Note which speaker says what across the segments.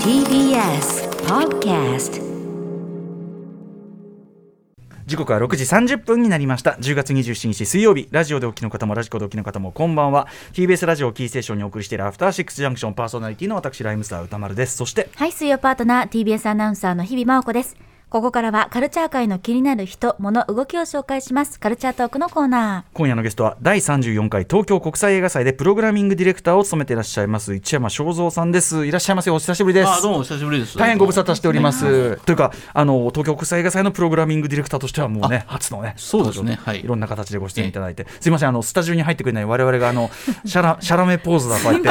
Speaker 1: TBS Podcast
Speaker 2: 時刻は6時30分になりました10月27日水曜日ラジオでお聞きの方もラジコでお聞きの方もこんばんは TBS ラジオをキーステーションにお送りしているアフターシックスジャンクションパーソナリティの私ライムスター歌丸ですそして
Speaker 3: はい、水曜パートナー TBS アナウンサーの日々真央子です。ここからはカルチャー界の気になる人、物、動きを紹介します。カルチャートークのコーナ
Speaker 2: 今夜のゲストは第34回東京国際映画祭でプログラミングディレクターを務めていらっしゃいます一山正蔵さんですいらっしゃいませお久しぶりです
Speaker 4: あどうもお久しぶりです。
Speaker 2: 大変ご無沙汰しております。というか、あの東京国際映画祭のプログラミングディレクターとしてはもうね、初のね、
Speaker 4: そうです
Speaker 2: 登
Speaker 4: ね
Speaker 2: 場
Speaker 4: はい
Speaker 2: いろんな形でご出演いただいて、すいません、あのスタジオに入ってくれない我々があ のシャラシャラメポーズだとか言って、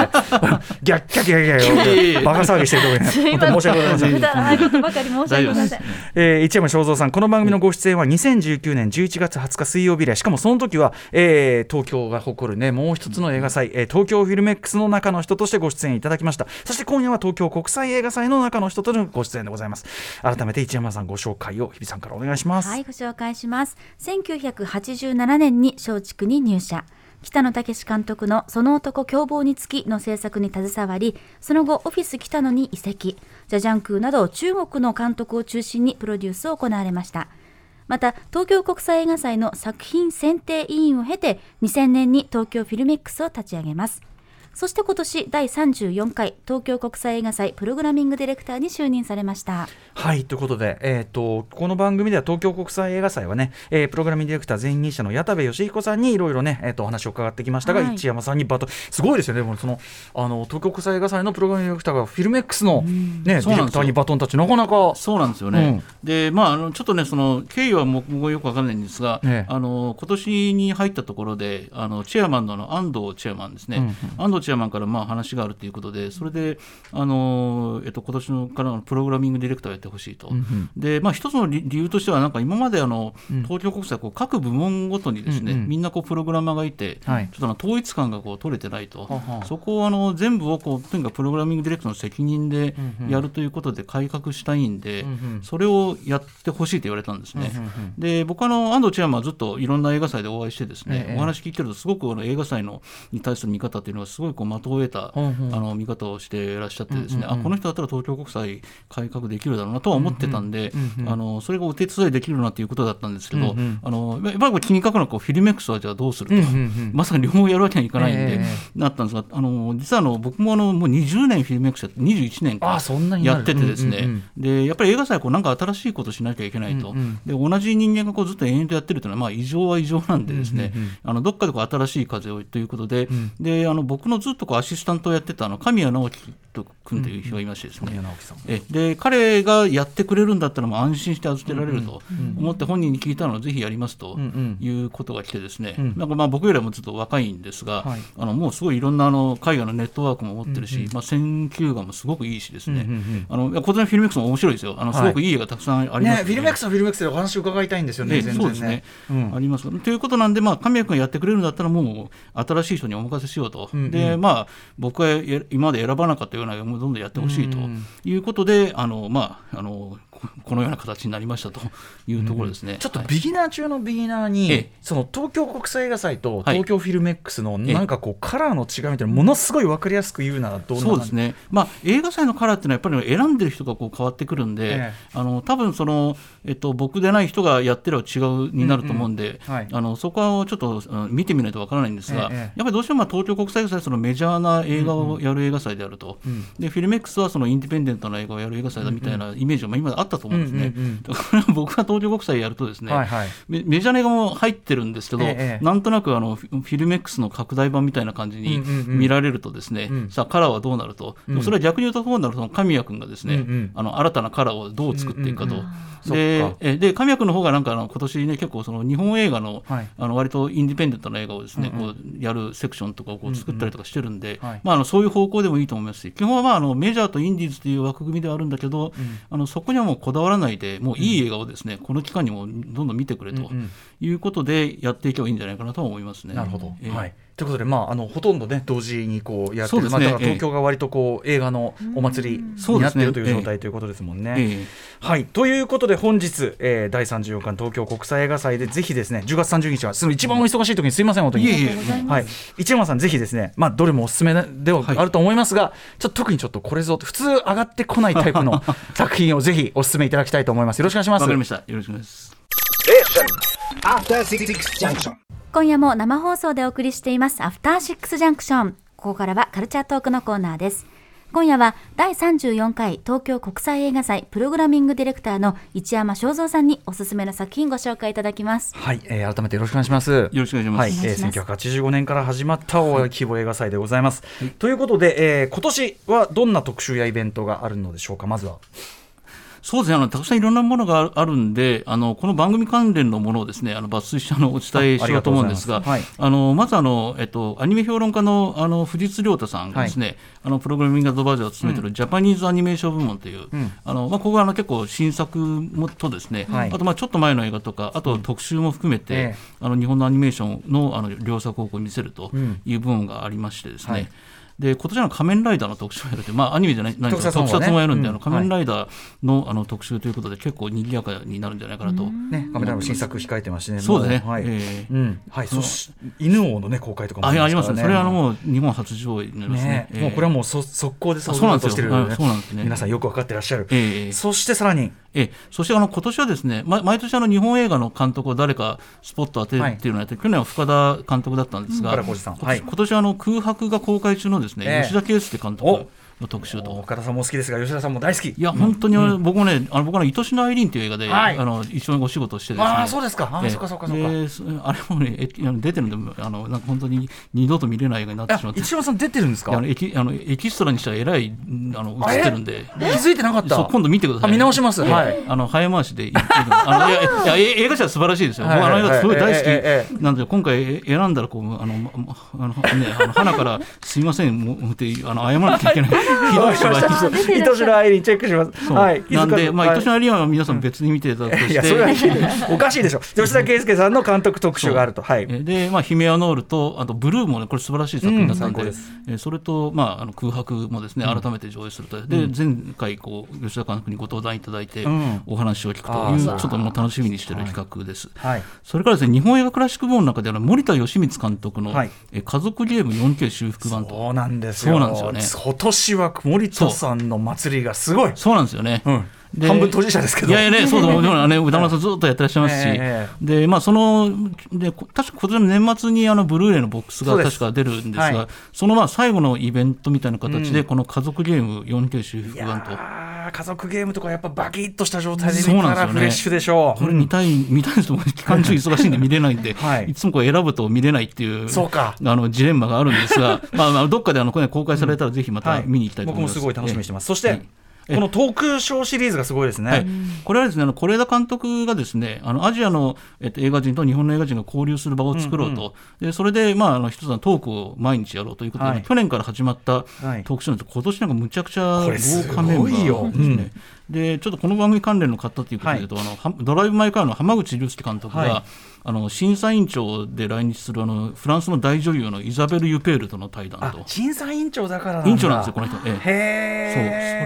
Speaker 2: ギャッギャッギャッギャッギャッ
Speaker 4: いえい
Speaker 2: ギャッ
Speaker 4: え
Speaker 2: バカ騒ぎしてるとこ ろに、
Speaker 3: ー。
Speaker 2: 本当申し訳ございません。
Speaker 3: 普段ああいうことばかり申し訳ございません。
Speaker 2: えー、一山正蔵さん、この番組のご出演は2019年11月20日水曜日以来、しかもその時は、えー東京が誇るね、もう一つの映画祭、えー東京フィルメックスの中の人としてご出演いただきました。そして今夜は東京国際映画祭の中の人とのご出演でございます。改めて一山さんご紹介を日比さんからお願いします。
Speaker 3: はい、ご紹介します。1987年に松竹に入社。北野武監督のその男凶暴につきの制作に携わり、その後オフィス北野に移籍、ジャジャンクーなど中国の監督を中心にプロデュースを行われました。また、東京国際映画祭の作品選定委員を経て、2000年に東京フィルメックスを立ち上げます。そして今年第34回東京国際映画祭プログラミングディレクターに就任されました。
Speaker 2: はいということで、えー、とこの番組では東京国際映画祭はね、えープログラミングディレクター前任者の矢田部義彦さんにいろいろね、えー、とお話を伺ってきましたが、
Speaker 3: はい
Speaker 2: 一山さんにバトすごいですよねでもそのあの東京国際映画祭のプログラミングディレクターがフィルメックスの、ね、デ
Speaker 4: そう
Speaker 2: ィレ
Speaker 4: なん
Speaker 2: ク
Speaker 4: ですよ
Speaker 2: ターにバトンタッチなかなか
Speaker 4: そうなんですよね。で、まあ、あの、ちょっとね、その経緯はもう、もうよくわからないんですが、
Speaker 2: ええ
Speaker 4: あの、今年に入ったところで、あの、チェアマンのあの安藤チェアマンですね。安藤チェアマンから、まあ、話があるということで、それで、あの、えっと、今年のからのプログラミングディレクターをやってほしいと。で、まあ、一つの理理由としては、なんか、今まで、あの、東京国際、こう、各部門ごとにですね、
Speaker 2: うんうん
Speaker 4: みんな、こう、プログラマーがいて。
Speaker 2: はい
Speaker 4: ちょっとあの統一感がこう取れてないと
Speaker 2: はは、
Speaker 4: そこをあの全部をこうとにかくプログラミングディレクターの責任で
Speaker 2: うんうん
Speaker 4: やるということで改革したいんで、
Speaker 2: うんうん
Speaker 4: それをやってほしいと言われたんですね。
Speaker 2: うんうん
Speaker 4: で僕はあの安藤チェアマンはずっといろんな映画祭でお会いしてですね、
Speaker 2: ええ
Speaker 4: お話聞いてるとすごくあの映画祭のに対する見方っていうのはすごいこう的を得た、
Speaker 2: うんうん
Speaker 4: あの見方をしてらっしゃってです
Speaker 2: うんうん
Speaker 4: ね、
Speaker 2: うん
Speaker 4: あこの人だったら東京国際改革できるだろうなとは思ってたんで、
Speaker 2: うんうんうん
Speaker 4: あのそれがお手伝いできるなということだったんですけど、
Speaker 2: うんうん
Speaker 4: あのやっぱりこう気にかくのこうフィルメックスはじゃあどうすると、
Speaker 2: うんうんうん
Speaker 4: まさか両方やるわけにはいかないんで、
Speaker 2: ええ
Speaker 4: なったんですがあの実はあの僕もあのもう20年フィルメックスやって21年か
Speaker 2: あそんなになる
Speaker 4: やっててですね、
Speaker 2: うんうん
Speaker 4: でやっぱり映画祭はこうなんか新しいことしなきゃいけないと、
Speaker 2: うんうん
Speaker 4: で同じ人間がこうずっと延々とやってるというのは、まあ、異常は異常なんでですね、
Speaker 2: うんうんうん
Speaker 4: あのどっかでこう新しい風をということで,、
Speaker 2: ん
Speaker 4: であの僕のずっとこうアシスタントをやってたあの神谷直樹君という人がいましてですね、
Speaker 2: 富山直樹さん
Speaker 4: えで彼がやってくれるんだったらもう安心して預けられると思って本人に聞いたのをぜひやりますと
Speaker 2: うんうん
Speaker 4: いうことが来てですね、
Speaker 2: ん
Speaker 4: なんかまあ僕よりもちょっと若いんですが、
Speaker 2: はい
Speaker 4: あのもうすごいいろんなあの海外のネットワークも持ってるし、まあ、選球眼もすごくいいしですね、
Speaker 2: うんうんうん
Speaker 4: あの今年のフィルメックスも面白いですよあの
Speaker 2: はい
Speaker 4: すごくいい映画たくさんあります
Speaker 2: ね
Speaker 4: ので、
Speaker 2: フィルメックスはフィルメックスでお話を伺いたいんですよね、
Speaker 4: ええ
Speaker 2: 全
Speaker 4: そう
Speaker 2: 然
Speaker 4: です
Speaker 2: ね
Speaker 4: ね。
Speaker 2: うん
Speaker 4: ありますということなんで、まあ、神谷君がやってくれるんだったら、もう新しい人にお任せしようと、
Speaker 2: うんうん
Speaker 4: でまあ、僕がや今まで選ばなかったような映画もどんどんやってほしいと
Speaker 2: うん
Speaker 4: いうことで、あのまあ、あのここのような形になりましたというところですね。
Speaker 2: ちょっと
Speaker 4: はい
Speaker 2: ビギナー中のビギナーに、
Speaker 4: ええ
Speaker 2: その東京国際映画祭と
Speaker 4: はい
Speaker 2: 東京フィルメックスのなんかこうカラーの違いみたいなものすごい分かりやすく言うならどうなん
Speaker 4: そうですね、まあ、映画祭のカラーっていうのはやっぱり選んでる人がこう変わってくるんで、
Speaker 2: ええ
Speaker 4: あの多分その、えっと、僕でない人がやってれば違うになると思うんで、
Speaker 2: うんうんはい
Speaker 4: あのそこはちょっと、うん見てみないとわからないんですが、
Speaker 2: ええええ
Speaker 4: やっぱりどうしてもまあ東京国際映画祭はそのメジャーな映画をやる映画祭であると、
Speaker 2: ん
Speaker 4: でフィルメックスはそのインディペンデントな映画をやる映画祭だみたいなイメージも今まであったと思うんですね。
Speaker 2: うんうんうん
Speaker 4: だから僕が東京国際やるとですね、
Speaker 2: はいはい
Speaker 4: メメジャーな映画も入ってるんですけど、
Speaker 2: ええええ
Speaker 4: なんとなくあのフィフィルメックスの拡大版みたいな感じに
Speaker 2: うんうんうん
Speaker 4: 見られるとですね、
Speaker 2: うん
Speaker 4: さあカラーはどうなると、でもそれは逆に言うとどうなるとその神谷君がですね、
Speaker 2: うんうん
Speaker 4: あの新たなカラーをどう作っていくかと。
Speaker 2: うんうんうんそっか
Speaker 4: でえで神谷君の方がなんかあの今年ね結構その日本映画の,、
Speaker 2: はい
Speaker 4: あの割とインディペンデントな映画をですね、こうやるセクションとかをこう作ったりとかしてるんで、
Speaker 2: うんはい
Speaker 4: まあ、あのそういう方向でもいいと思いますし基本はまああのメジャーとインディーズという枠組みではあるんだけど、あのそこにはもうこだわらないでもういい映画をですね、この期間にもどんどん見てくれと
Speaker 2: うん
Speaker 4: いうことでやっていけばいいんじゃないかなとは思いますね。
Speaker 2: なるほど、
Speaker 4: ええ
Speaker 2: はい、ということで、まあ、あのほとんどね同時にこうやって
Speaker 4: そう
Speaker 2: る、
Speaker 4: です
Speaker 2: まあ、
Speaker 4: ね
Speaker 2: だから東京が割とこう映画のお祭りになっているという状態ということですもんね。
Speaker 4: ええ
Speaker 2: はいということで本日、えー、第34回東京国際映画祭でぜひですね10月30日はその一番お忙しい時にすいません本当に。
Speaker 4: いえいえ
Speaker 2: はい、一山さん、ぜひですね、まあ、どれもおすすめではあると思いますが、ちょっと特にちょっとこれぞと、普通上がってこないタイプ の作品をぜひおすすめいただきたいと思います。よろしくお願いしま
Speaker 4: わ
Speaker 2: す
Speaker 4: かり。ました。よろしくお願いします。
Speaker 5: After Six Junction.
Speaker 3: 今夜も生放送でお送りしていますアフターシックスジャンクションここからはカルチャートークのコーナーです今夜は第34回東京国際映画祭プログラミングディレクターの一山正蔵さんにおすすめの作品ご紹介いただきます
Speaker 2: はい、えー改めてよろしくお願いします。よ
Speaker 4: ろしくお願いします
Speaker 2: はい、え
Speaker 3: お願いし
Speaker 2: ー、1985年から始まった大規模映画祭でございます。ということで、えー今年はどんな特集やイベントがあるのでしょうか。まずは、
Speaker 4: そうですねあのたくさんいろんなものがあるあるんであのこの番組関連のものをですねあの抜粋してあのお伝えしようと思うんです
Speaker 2: あ
Speaker 4: が
Speaker 2: あ
Speaker 4: あ
Speaker 2: りがとうございます
Speaker 4: のまずあの、えっと、アニメ評論家のあの藤津亮太さんがですね、あのプログラミングアドバイザーを務めているジャパニーズアニメーション部門という、あのまあ、ここはあの結構新作もとですね、
Speaker 2: はい
Speaker 4: あとまあちょっと前の映画とかあと特集も含めて、
Speaker 2: ええ
Speaker 4: あの日本のアニメーションのあの両作をこう見せるという部分がありましてですね、
Speaker 2: はい
Speaker 4: で今年の仮面ライダーの特集をやるという、まあ、アニメじゃないないんですけど
Speaker 2: 特撮も
Speaker 4: 特
Speaker 2: ね
Speaker 4: 撮もやるんで、あ
Speaker 2: う
Speaker 4: の
Speaker 2: ん
Speaker 4: 仮面ライダーのあの特集ということで、結構賑やかになるんじゃないかなと、
Speaker 2: ね、カメラの新作控えてましてね。
Speaker 4: そうですね
Speaker 2: もはい、
Speaker 4: えー
Speaker 2: うん、はい、そし、犬王のね、公開とかも
Speaker 4: あいやあります
Speaker 2: から
Speaker 4: ね、それはあのもう日本初上映になります
Speaker 2: ね
Speaker 4: ね。
Speaker 2: もうこれは
Speaker 4: も
Speaker 2: もうそ速攻で想
Speaker 4: そうなん
Speaker 2: 像
Speaker 4: ですよ
Speaker 2: してるので
Speaker 4: はいそうなんですね
Speaker 2: 皆さんよく分かってらっしゃる、
Speaker 4: ええ
Speaker 2: そしてさらに
Speaker 4: ええそしてあの今年はですね、ま、毎年あの日本映画の監督を誰かスポット当てるっていうのをやって、去年は深田監督だったんですが、
Speaker 2: 深田浩二さん
Speaker 4: 今
Speaker 2: はい
Speaker 4: 年今年はあの空白が公開中のですね、
Speaker 2: ええ
Speaker 4: 吉田圭介監督の特集と。
Speaker 2: 岡田さんも好きですが吉田さんも大好き
Speaker 4: いや本当にあの僕もね、あの僕はね愛しのアイリーンという映画で、
Speaker 2: はい
Speaker 4: あの一緒にお仕事をしてですね、
Speaker 2: ああそうですかあー
Speaker 4: ええ
Speaker 2: そっかそっかそっか
Speaker 4: でそあれもね、えあの出てるので、あのなんか本当に二度と見れない映画になってしま
Speaker 2: あ
Speaker 4: って、
Speaker 2: 一山さん出てるんです
Speaker 4: あ
Speaker 2: か
Speaker 4: のエキあのエキストラにしたらえらいんあの
Speaker 2: あ
Speaker 4: 映
Speaker 2: れ
Speaker 4: ってるんで。
Speaker 2: 気づいてなかった
Speaker 4: そう今度見てくださ
Speaker 2: あ
Speaker 4: い。
Speaker 2: 見直しますはい
Speaker 4: あの早回しでいいあのいやいやえ映画者は素晴らしいですよ。
Speaker 2: はい
Speaker 4: 僕あの映画すごい
Speaker 2: はいえええ
Speaker 4: 大好きなんで今回え選んだらこうあのままあのねあの花からすいませんもうってあの謝らなきゃいけ ないひどい芝居です
Speaker 2: 愛しのアイリンチェックします
Speaker 4: そう
Speaker 2: はい
Speaker 4: なんで、まあ、愛しの
Speaker 2: ア
Speaker 4: アリアンは皆さん別に見ていただくと
Speaker 2: い
Speaker 4: し
Speaker 2: や
Speaker 4: て、
Speaker 2: それはひどいおかしいでしょ吉田圭介さんの監督特集があるとはい
Speaker 4: えで、まあ、ヒメアノールと、あとブルーもね、これ素晴らしい作品だったんで、
Speaker 2: うん最高です
Speaker 4: えそれと、まあ、あの空白もですね、改めて上映すると。で、前回、こう、吉田監督にご登壇いただいて、
Speaker 2: ん
Speaker 4: お話を聞く
Speaker 2: あ
Speaker 4: と
Speaker 2: ー
Speaker 4: いう、ち
Speaker 2: そ
Speaker 4: ょ
Speaker 2: う
Speaker 4: っともう楽しみにしてる企画です。
Speaker 2: はい
Speaker 4: それからですね、日本映画クラシック部門の中であの森田義満監督の、
Speaker 2: はい
Speaker 4: え家族ゲーム 4K 修復版と。
Speaker 2: そうなんですよ
Speaker 4: そうなんですよね
Speaker 2: 今年は森田さんの祭りがすごい
Speaker 4: そうなんですよね。
Speaker 2: うん
Speaker 4: で
Speaker 2: 半分当事者ですけど
Speaker 4: いやいや ね、そうだ、もちろんね、歌丸さんずっとやってらっしゃいますし、
Speaker 2: え
Speaker 4: で、まあ、その、で、こ確か今年の年末に、あの、ブルーレイのボックス
Speaker 2: そ
Speaker 4: が
Speaker 2: うです
Speaker 4: 確か出るんですが、そ
Speaker 2: はい
Speaker 4: の、まあ、最後のイベントみたいな形で、この家族ゲーム 4K 修
Speaker 2: い
Speaker 4: 復
Speaker 2: や
Speaker 4: 版と。
Speaker 2: ー家族ゲームとかやっぱバキッとした状態で
Speaker 4: そう
Speaker 2: 見
Speaker 4: な
Speaker 2: たら
Speaker 4: んですよね
Speaker 2: フレッシュでしょう
Speaker 4: これ見たい、見たいですもん期間中忙しいんで見れないんで、
Speaker 2: はい
Speaker 4: い、つもこう選ぶと見れないっていう
Speaker 2: そうか
Speaker 4: あのジレンマがあるんで すが、まあまあ、どっかであのこれ公開されたらぜひまた見に行きたいと思います。
Speaker 2: 僕もすごい楽しみにしてます。
Speaker 4: ええ
Speaker 2: そして、
Speaker 4: はい
Speaker 2: このトークショーシリーズがすごいですね。
Speaker 4: はい、これはですね、あの是枝監督がですね、あのアジアの、えっと、映画人と日本の映画人が交流する場を作ろうと、でそれで、まあ、あの一つのトークを毎日やろうということで、
Speaker 2: はい
Speaker 4: 去年から始まったト
Speaker 2: はい
Speaker 4: ークショーなんて、今年なんかむちゃくちゃ豪
Speaker 2: これす
Speaker 4: 華メン
Speaker 2: ご
Speaker 4: バ
Speaker 2: いよ
Speaker 4: ーですね。でちょっとこの番組関連の方ということで言うと、あのはドライブ・マイ・カーの浜口竜介監督が、
Speaker 2: はい
Speaker 4: あの審査委員長で来日するあのフランスの大女優のイザベル・ユペールとの対談
Speaker 2: あ
Speaker 4: と、
Speaker 2: 審査委員長だからなんだ。
Speaker 4: 委員長なんですよ、この人。ええそうそ
Speaker 2: へ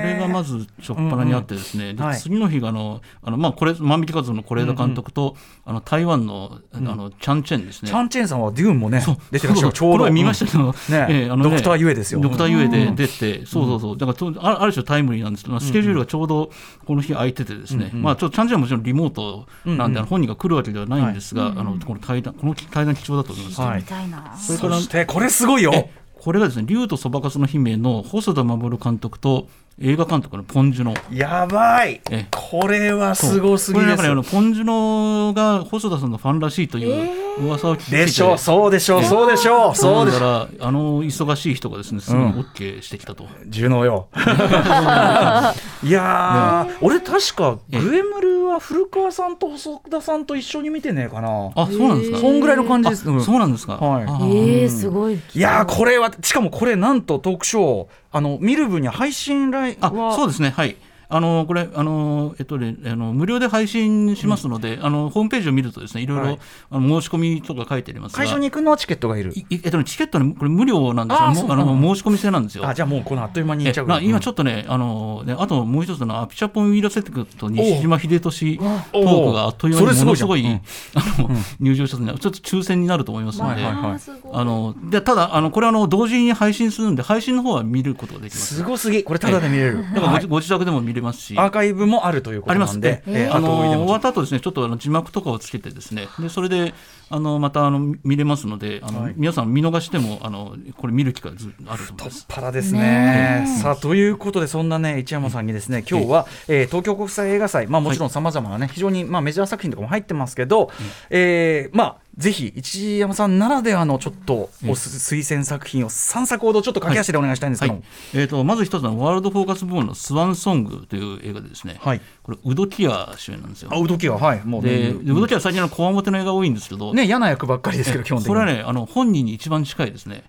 Speaker 2: え。
Speaker 4: れがま
Speaker 2: ず。
Speaker 4: ず初っ端にあってですね、で
Speaker 2: はい
Speaker 4: 次の日があのあの、まあ、これ万引き家族の是枝監督と、あの台湾のあの、チャン・チェンですね
Speaker 2: チャ。ンチェンさんはデューンもね
Speaker 4: そう、
Speaker 2: 出てらっしゃ
Speaker 4: そう
Speaker 2: る。ちょう
Speaker 4: この
Speaker 2: ど。
Speaker 4: 前見ましたけど、
Speaker 2: ねドクターゆえですよ
Speaker 4: ドクターゆえで出て、そうそうそう、だからとあある種タイムリーなんですけど、まあスケジュールがちょうどこの日空いててですね、まあちょっとチャンチェンはもちろんリモートなんで、あの本人が来るわけではないんですが、あのこの対談この対談貴重だと思います。
Speaker 2: はい
Speaker 3: みたいな
Speaker 4: それか
Speaker 2: そ
Speaker 4: ら
Speaker 2: して、これすごいよ。
Speaker 4: これがですね、竜とそばかすの姫の細田守監督と映画監督のポンジュの。
Speaker 2: やばい
Speaker 4: ええ。
Speaker 2: これはすごすぎ
Speaker 4: これ
Speaker 2: で
Speaker 4: だからあ
Speaker 2: す。
Speaker 4: のポンジュノが細田さんのファンらしいという噂を聞いてて、
Speaker 2: でしょう、そうでしょう、
Speaker 4: ええ
Speaker 2: そうでしょう、そうでし
Speaker 4: だ
Speaker 2: ょう。
Speaker 4: からあの忙しい人がですねすぐに OK してきたと、
Speaker 2: 重能よ。 いやー、俺確か、グエムルは古川さんと細田さんと一緒に見てねえかな。
Speaker 4: あそうなんですか、
Speaker 2: そんぐらいの感じです。うん
Speaker 4: そうなんですか、
Speaker 2: はい
Speaker 4: あ
Speaker 3: えー、すごい
Speaker 2: いやーこれはしかもこれなんとトークショーあの見る分には配信来
Speaker 4: あ
Speaker 2: は
Speaker 4: そうですねはいあのこれあの、えっとね、あの無料で配信しますので、あのホームページを見るとですねいろいろ、
Speaker 2: はい
Speaker 4: あの申し込みとか書いてありますが
Speaker 2: 会場に行くのはチケットがいる
Speaker 4: いいえっとね、チケットねこれ無料なんですよ
Speaker 2: あー
Speaker 4: も
Speaker 2: そう
Speaker 4: あ
Speaker 2: なの
Speaker 4: の申し込み制なんですよ
Speaker 2: あじゃあもうこのあっという間に行
Speaker 4: え
Speaker 2: っちゃう
Speaker 4: まあ、今
Speaker 2: ょ
Speaker 4: ちょっとね、あのねあともう一つのアピチャポンウィーラセテクと西島秀俊ト
Speaker 2: おう
Speaker 4: ークがあっという間
Speaker 2: それ
Speaker 4: に
Speaker 2: す
Speaker 4: も
Speaker 2: ごい
Speaker 4: の
Speaker 2: じ
Speaker 4: す
Speaker 2: ゃんうん
Speaker 4: ごい あの入場者数になるちょっと抽選になると思いますので、
Speaker 2: はいはい
Speaker 3: すごい
Speaker 4: あのでただあのこれあの同時に配信するんで配信の方は見ることができます。
Speaker 2: すごすぎこれタダで見れる、
Speaker 4: だからご,、
Speaker 2: はい
Speaker 4: ご自宅でも見れますし。
Speaker 2: アーカイブもあるというこ
Speaker 4: あ
Speaker 2: と
Speaker 4: りま
Speaker 2: な
Speaker 4: す
Speaker 2: ん
Speaker 4: ね
Speaker 2: で、、
Speaker 4: え
Speaker 2: えー
Speaker 4: あ
Speaker 2: 後追い
Speaker 4: の
Speaker 2: でも
Speaker 4: 終わった後ですね、ちょっとあの字幕とかをつけてですね、でそれであのまたあの見れますので、あの、
Speaker 2: はい
Speaker 4: 皆さん見逃してもあのこれ見る機会ずっとあると思います。
Speaker 2: パラですね
Speaker 3: ねえ
Speaker 2: さあということでそんなね一山さんにですね今日は、えー東京国際映画祭まあもちろんさまざまなね非常にまあメジャー作品とかも入ってますけど、えーまあぜひ一山さんならではのちょっとおす推薦作品を3作ほどちょっと駆け足でお願いしたいんです
Speaker 4: は
Speaker 2: けど
Speaker 4: い
Speaker 2: も、
Speaker 4: えー、とまず一つのワールドフォーカス部門の「スワンソング」という映画でですね、
Speaker 2: はい
Speaker 4: これウドキア主演なんですよ。
Speaker 2: あウドキははいもう
Speaker 4: で
Speaker 2: ね
Speaker 4: でウドキア最近のこわもての映画多いんですけど、
Speaker 2: ね嫌な役ばっかりですけど基本的
Speaker 4: こ
Speaker 2: に
Speaker 4: れはねあの本人に一番近いですね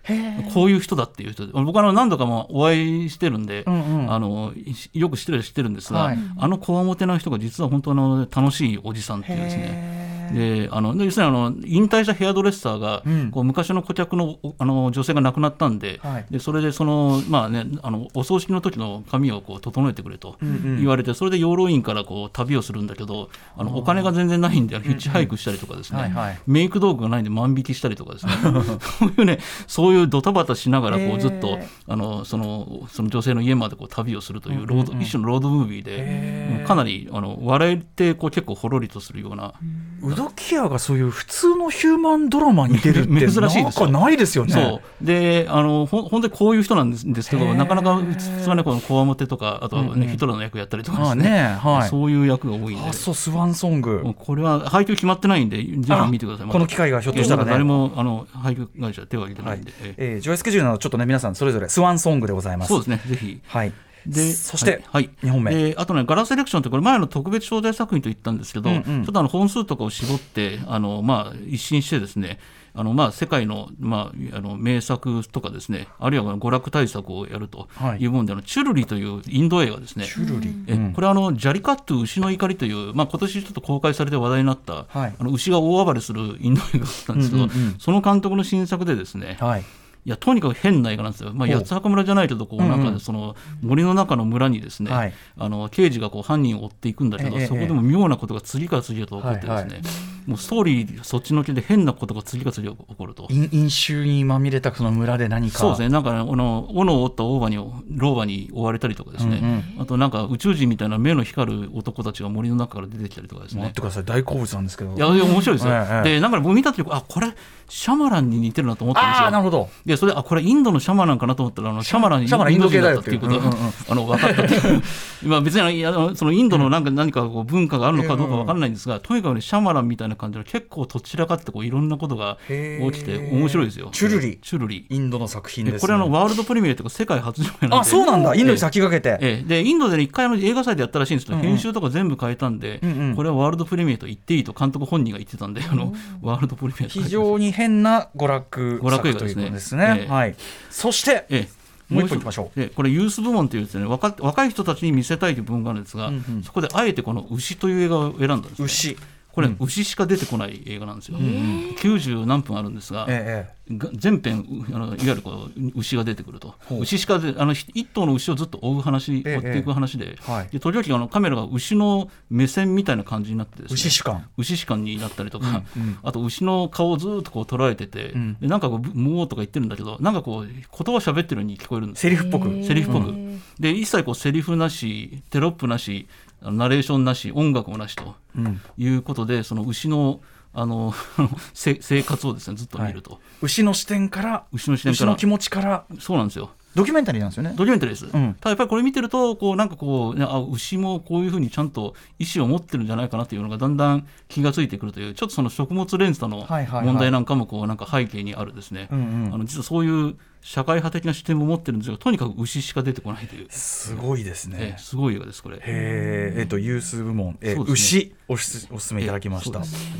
Speaker 4: こういう人だっていう人で僕はあの何度かもお会いしてるんで、
Speaker 2: んうん
Speaker 4: あのいよく知ってる知ってるんですが、
Speaker 2: はい
Speaker 4: あのこわもての人が実は本当あの楽しいおじさんっていうですね。であので要するにあの引退したヘアドレッサーが、
Speaker 2: うん
Speaker 4: こう昔の顧客のおあの女性が亡くなったんで,、
Speaker 2: はい
Speaker 4: でそれでその、まあね、あのお葬式の時の髪をこう整えてくれと
Speaker 2: うん
Speaker 4: 言われて、それで養老院からこう旅をするんだけどあのお金が全然ないんでヒッチハイクしたりとかですね、
Speaker 2: はいはい
Speaker 4: メイク道具がないんで万引きしたりとかですね そういうねそういうドタバタしながらこ
Speaker 2: へー
Speaker 4: うずっと、あのそのその女性の家までこう旅をするというロード、一種のロードムービーで、うんかなりあの笑えてこう結構ほろりとするような。
Speaker 2: ウドキアがそういう普通のヒューマンドラマに出るって
Speaker 4: 珍しいですよ
Speaker 2: なんかないですよね
Speaker 4: そうであのほん本当にこういう人なんですですけ
Speaker 2: へ
Speaker 4: ど
Speaker 2: ー
Speaker 4: なかなか普通はねこのこわもてとかあとはね、
Speaker 2: うんうん
Speaker 4: ヒトラーの役やったりとかで
Speaker 2: まあ
Speaker 4: す
Speaker 2: ね
Speaker 4: ね
Speaker 2: はい
Speaker 4: そういう役が多いんで
Speaker 2: あそうスワンソング
Speaker 4: もうこれは配給決まってないんでぜひ見てください
Speaker 2: あこの機会がひょっとしたらね
Speaker 4: ま誰もあの配給会社は手を挙げてな
Speaker 2: はいい
Speaker 4: んで、ええ
Speaker 2: えー、上映スケジュールなどちょっとね皆さんそれぞれスワンソングでございます。
Speaker 4: そうですねぜひ
Speaker 2: はい、
Speaker 4: で
Speaker 2: そして、
Speaker 4: はいはい
Speaker 2: 2本目、
Speaker 4: であとね、ガラスエレクションって、これ、前の特別招待作品と言ったんですけど、
Speaker 2: うんうん
Speaker 4: ちょっとあの本数とかを絞って、あのまあ、一新して、ですねあのまあ世界の,、まあ、あの名作とか、ですねあるいはこの娯楽対策をやると
Speaker 2: はい
Speaker 4: いうもんで、あのチュルリというインド映画ですね。
Speaker 2: チュルリ
Speaker 4: えこれはあのジャリカット牛の怒りという、まあ今年ちょっと公開されて話題になった、
Speaker 2: はい
Speaker 4: あの牛が大暴れするインド映画だったんですけど、
Speaker 2: うんうんうん
Speaker 4: その監督の新作でですね、
Speaker 2: はい、
Speaker 4: いやとにかく変な映画なんですよ、まあ、
Speaker 2: ほう
Speaker 4: 八つ墓村じゃないけどこ
Speaker 2: う
Speaker 4: う、
Speaker 2: んうん
Speaker 4: なんかその森の中の村にですね、
Speaker 2: はい
Speaker 4: あの刑事がこう犯人を追っていくんだけど、
Speaker 2: ええ
Speaker 4: そこでも妙なことが次から次へと起こってですね、
Speaker 2: はいはい
Speaker 4: もうストーリーそっちのけで変なことが次から次へと起こると。
Speaker 2: 飲飲酒にまみれたその村で何か
Speaker 4: そうですね、なんか、ね、あの斧を折った大場に老婆に追われたりとかですね、
Speaker 2: うん
Speaker 4: あとなんか宇宙人みたいな目の光る男たちが森の中から出てきたりとかですね、
Speaker 2: 待ってください大好物なんですけど
Speaker 4: いやいや面白いですよ、
Speaker 2: ええええ
Speaker 4: でなんか僕見た時あこれシャマランに似てるなと思ったんです
Speaker 2: あ
Speaker 4: よ
Speaker 2: あなるほど
Speaker 4: でそれであこれインドのシャマランかなと思ったらあのシャマラン
Speaker 2: シャマランインド系だ
Speaker 4: だっ
Speaker 2: よ
Speaker 4: た
Speaker 2: っ
Speaker 4: ってて
Speaker 2: い
Speaker 4: いううこと
Speaker 2: うんうんうん
Speaker 4: が あの分かったっていうまあ別にいやあのそのインドのなんか何かこう文化があるのかどうか分かんないんですが、とにかくねシャマランみたいな感じの結構とっちらかってこういろんなことが
Speaker 2: へー
Speaker 4: 起きて面白いですよ。
Speaker 2: チュルリ
Speaker 4: チュルリ。
Speaker 2: インドの作品です、
Speaker 4: で
Speaker 2: ね、
Speaker 4: これあのワールドプレミアというか世界初上映なんで。
Speaker 2: あそうなんだインドに先駆けて、
Speaker 4: ええ、でインドでね、一回あの映画祭でやったらしいんですけど、
Speaker 2: うんうん
Speaker 4: 編集とか全部変えたんで、
Speaker 2: うんうん
Speaker 4: これはワールドプレミアと言っていいと監督本人が言ってたんで、あのワールドプレミアと書い
Speaker 2: 非
Speaker 4: てます
Speaker 2: 常に変な娯楽
Speaker 4: 娯楽映
Speaker 2: 作
Speaker 4: 画
Speaker 2: と
Speaker 4: で
Speaker 2: いうこ
Speaker 4: すね
Speaker 2: とですね
Speaker 4: ええ
Speaker 2: はい、そして、
Speaker 4: ええ、
Speaker 2: もう一本行きましょ
Speaker 4: う。ええこれ、ユース部門というですね若、若い人たちに見せたいという部門があるんですが、
Speaker 2: うんうん
Speaker 4: そこであえてこの牛という映画を選んだんです、ね。
Speaker 2: 牛
Speaker 4: これ、牛しか出てこない映画なんですよ。90何分あるんですが、
Speaker 2: えええ
Speaker 4: が全編うあのいわゆるこう牛が出てくると
Speaker 2: ほう
Speaker 4: 牛しかであのひ一頭の牛をずっと追う話、
Speaker 2: ええ
Speaker 4: 追っていく話で,、
Speaker 2: はい
Speaker 4: で時々あのカメラが牛の目線みたいな感じになってです、
Speaker 2: え
Speaker 4: ね、
Speaker 2: 牛主観
Speaker 4: 牛士官になったりとか、
Speaker 2: うんうん
Speaker 4: あと牛の顔をずーっとこう捉えてて、
Speaker 2: ん
Speaker 4: でなんかこう「もう」とか言ってるんだけどなんかこう言葉喋ってるように聞こえるんです
Speaker 2: セリフっぽく、
Speaker 4: セリフっぽく。で一切こうセリフなしテロップなしあのナレーションなし音楽もなしと
Speaker 2: うん
Speaker 4: いうことでその牛のあの せ生活をですねずっと見ると、
Speaker 2: 牛の視点から
Speaker 4: 牛の視点
Speaker 2: 牛
Speaker 4: から
Speaker 2: の気持ちから
Speaker 4: そうなんですよ
Speaker 2: ドキュメンタリーなんですよね
Speaker 4: ドキュメンタリーです、
Speaker 2: ん
Speaker 4: ただやっぱりこれ見てるとこうなんかこう、ね、あ牛もこういうふうにちゃんと意思を持ってるんじゃないかなというのがだんだん気がついてくるというちょっとその食物連鎖の
Speaker 2: はいはいはい
Speaker 4: 問題なんかもこうなんか背景にあるですね、
Speaker 2: んうん
Speaker 4: あの実はそういう社会派的な視点も持ってるんですがとにかく牛しか出てこないという、
Speaker 2: すごいですね、
Speaker 4: ええすごい映画ですこれ。
Speaker 2: えーえっとユース部門、えー
Speaker 4: そうですね
Speaker 2: 牛おすおすすめいただきました、
Speaker 4: ええそうです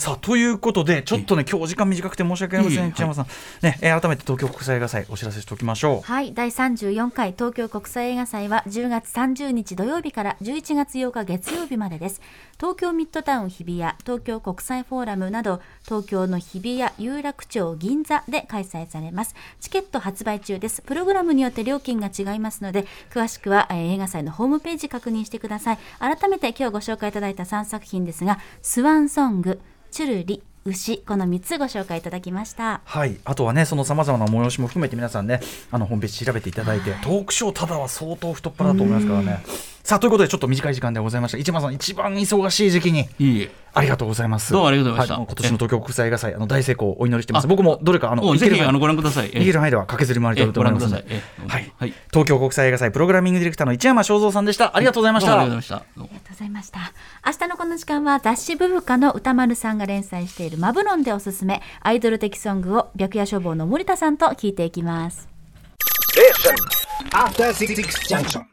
Speaker 2: さあということでちょっとね今日お時間短くて申し訳ありませ
Speaker 4: いえい
Speaker 2: ん
Speaker 4: え
Speaker 2: 千山さんねえー改めて東京国際映画祭お知らせしておきましょう
Speaker 3: はい、第34回東京国際映画祭は10月30日土曜日から11月8日月曜日までです。東京ミッドタウン日比谷、東京国際フォーラムなど、東京の日比谷、有楽町、銀座で開催されます。チケット発売中です。プログラムによって料金が違いますので、詳しくは、えー映画祭のホームページ確認してください。改めて今日ご紹介いただいた3作品ですが、スワンソング、チュルリ、牛、この3つご紹介いただきました。
Speaker 2: はい、あとはね、そのさまざまな催しも含めて、皆さんね、あのホームページ調べていただいて、トークショーただは相当太っ腹だと思いますからね。さあ、ということで、ちょっと短い時間でございました。市間さん、一番忙しい時期に。
Speaker 4: いいえ
Speaker 2: ありがとうございます。
Speaker 4: どうもありがとうございました
Speaker 2: は今年の東京国際映画祭、あの大成功をお祈りしてます。僕もどれか、あ
Speaker 4: も
Speaker 2: の、
Speaker 4: うぜ
Speaker 2: 行
Speaker 4: ひ
Speaker 2: ける
Speaker 4: あのご覧ください。
Speaker 2: できる範囲では駆けずり回りたいと思いますので
Speaker 4: ええご覧くださいええ
Speaker 2: は
Speaker 4: はいい、
Speaker 2: 東京国際映画祭プログラミングディレクターの一山正三さんでしたありがとうございまし
Speaker 4: どうも
Speaker 2: た
Speaker 4: ありがとうございました。どうも
Speaker 3: ありがとうございました明日のこの時間は雑誌「ブブカ」の歌丸さんが連載している「マブロン」でおすすめアイドル的ソングを白夜消防の森田さんと聞いていきます
Speaker 5: Station. After Six Junction.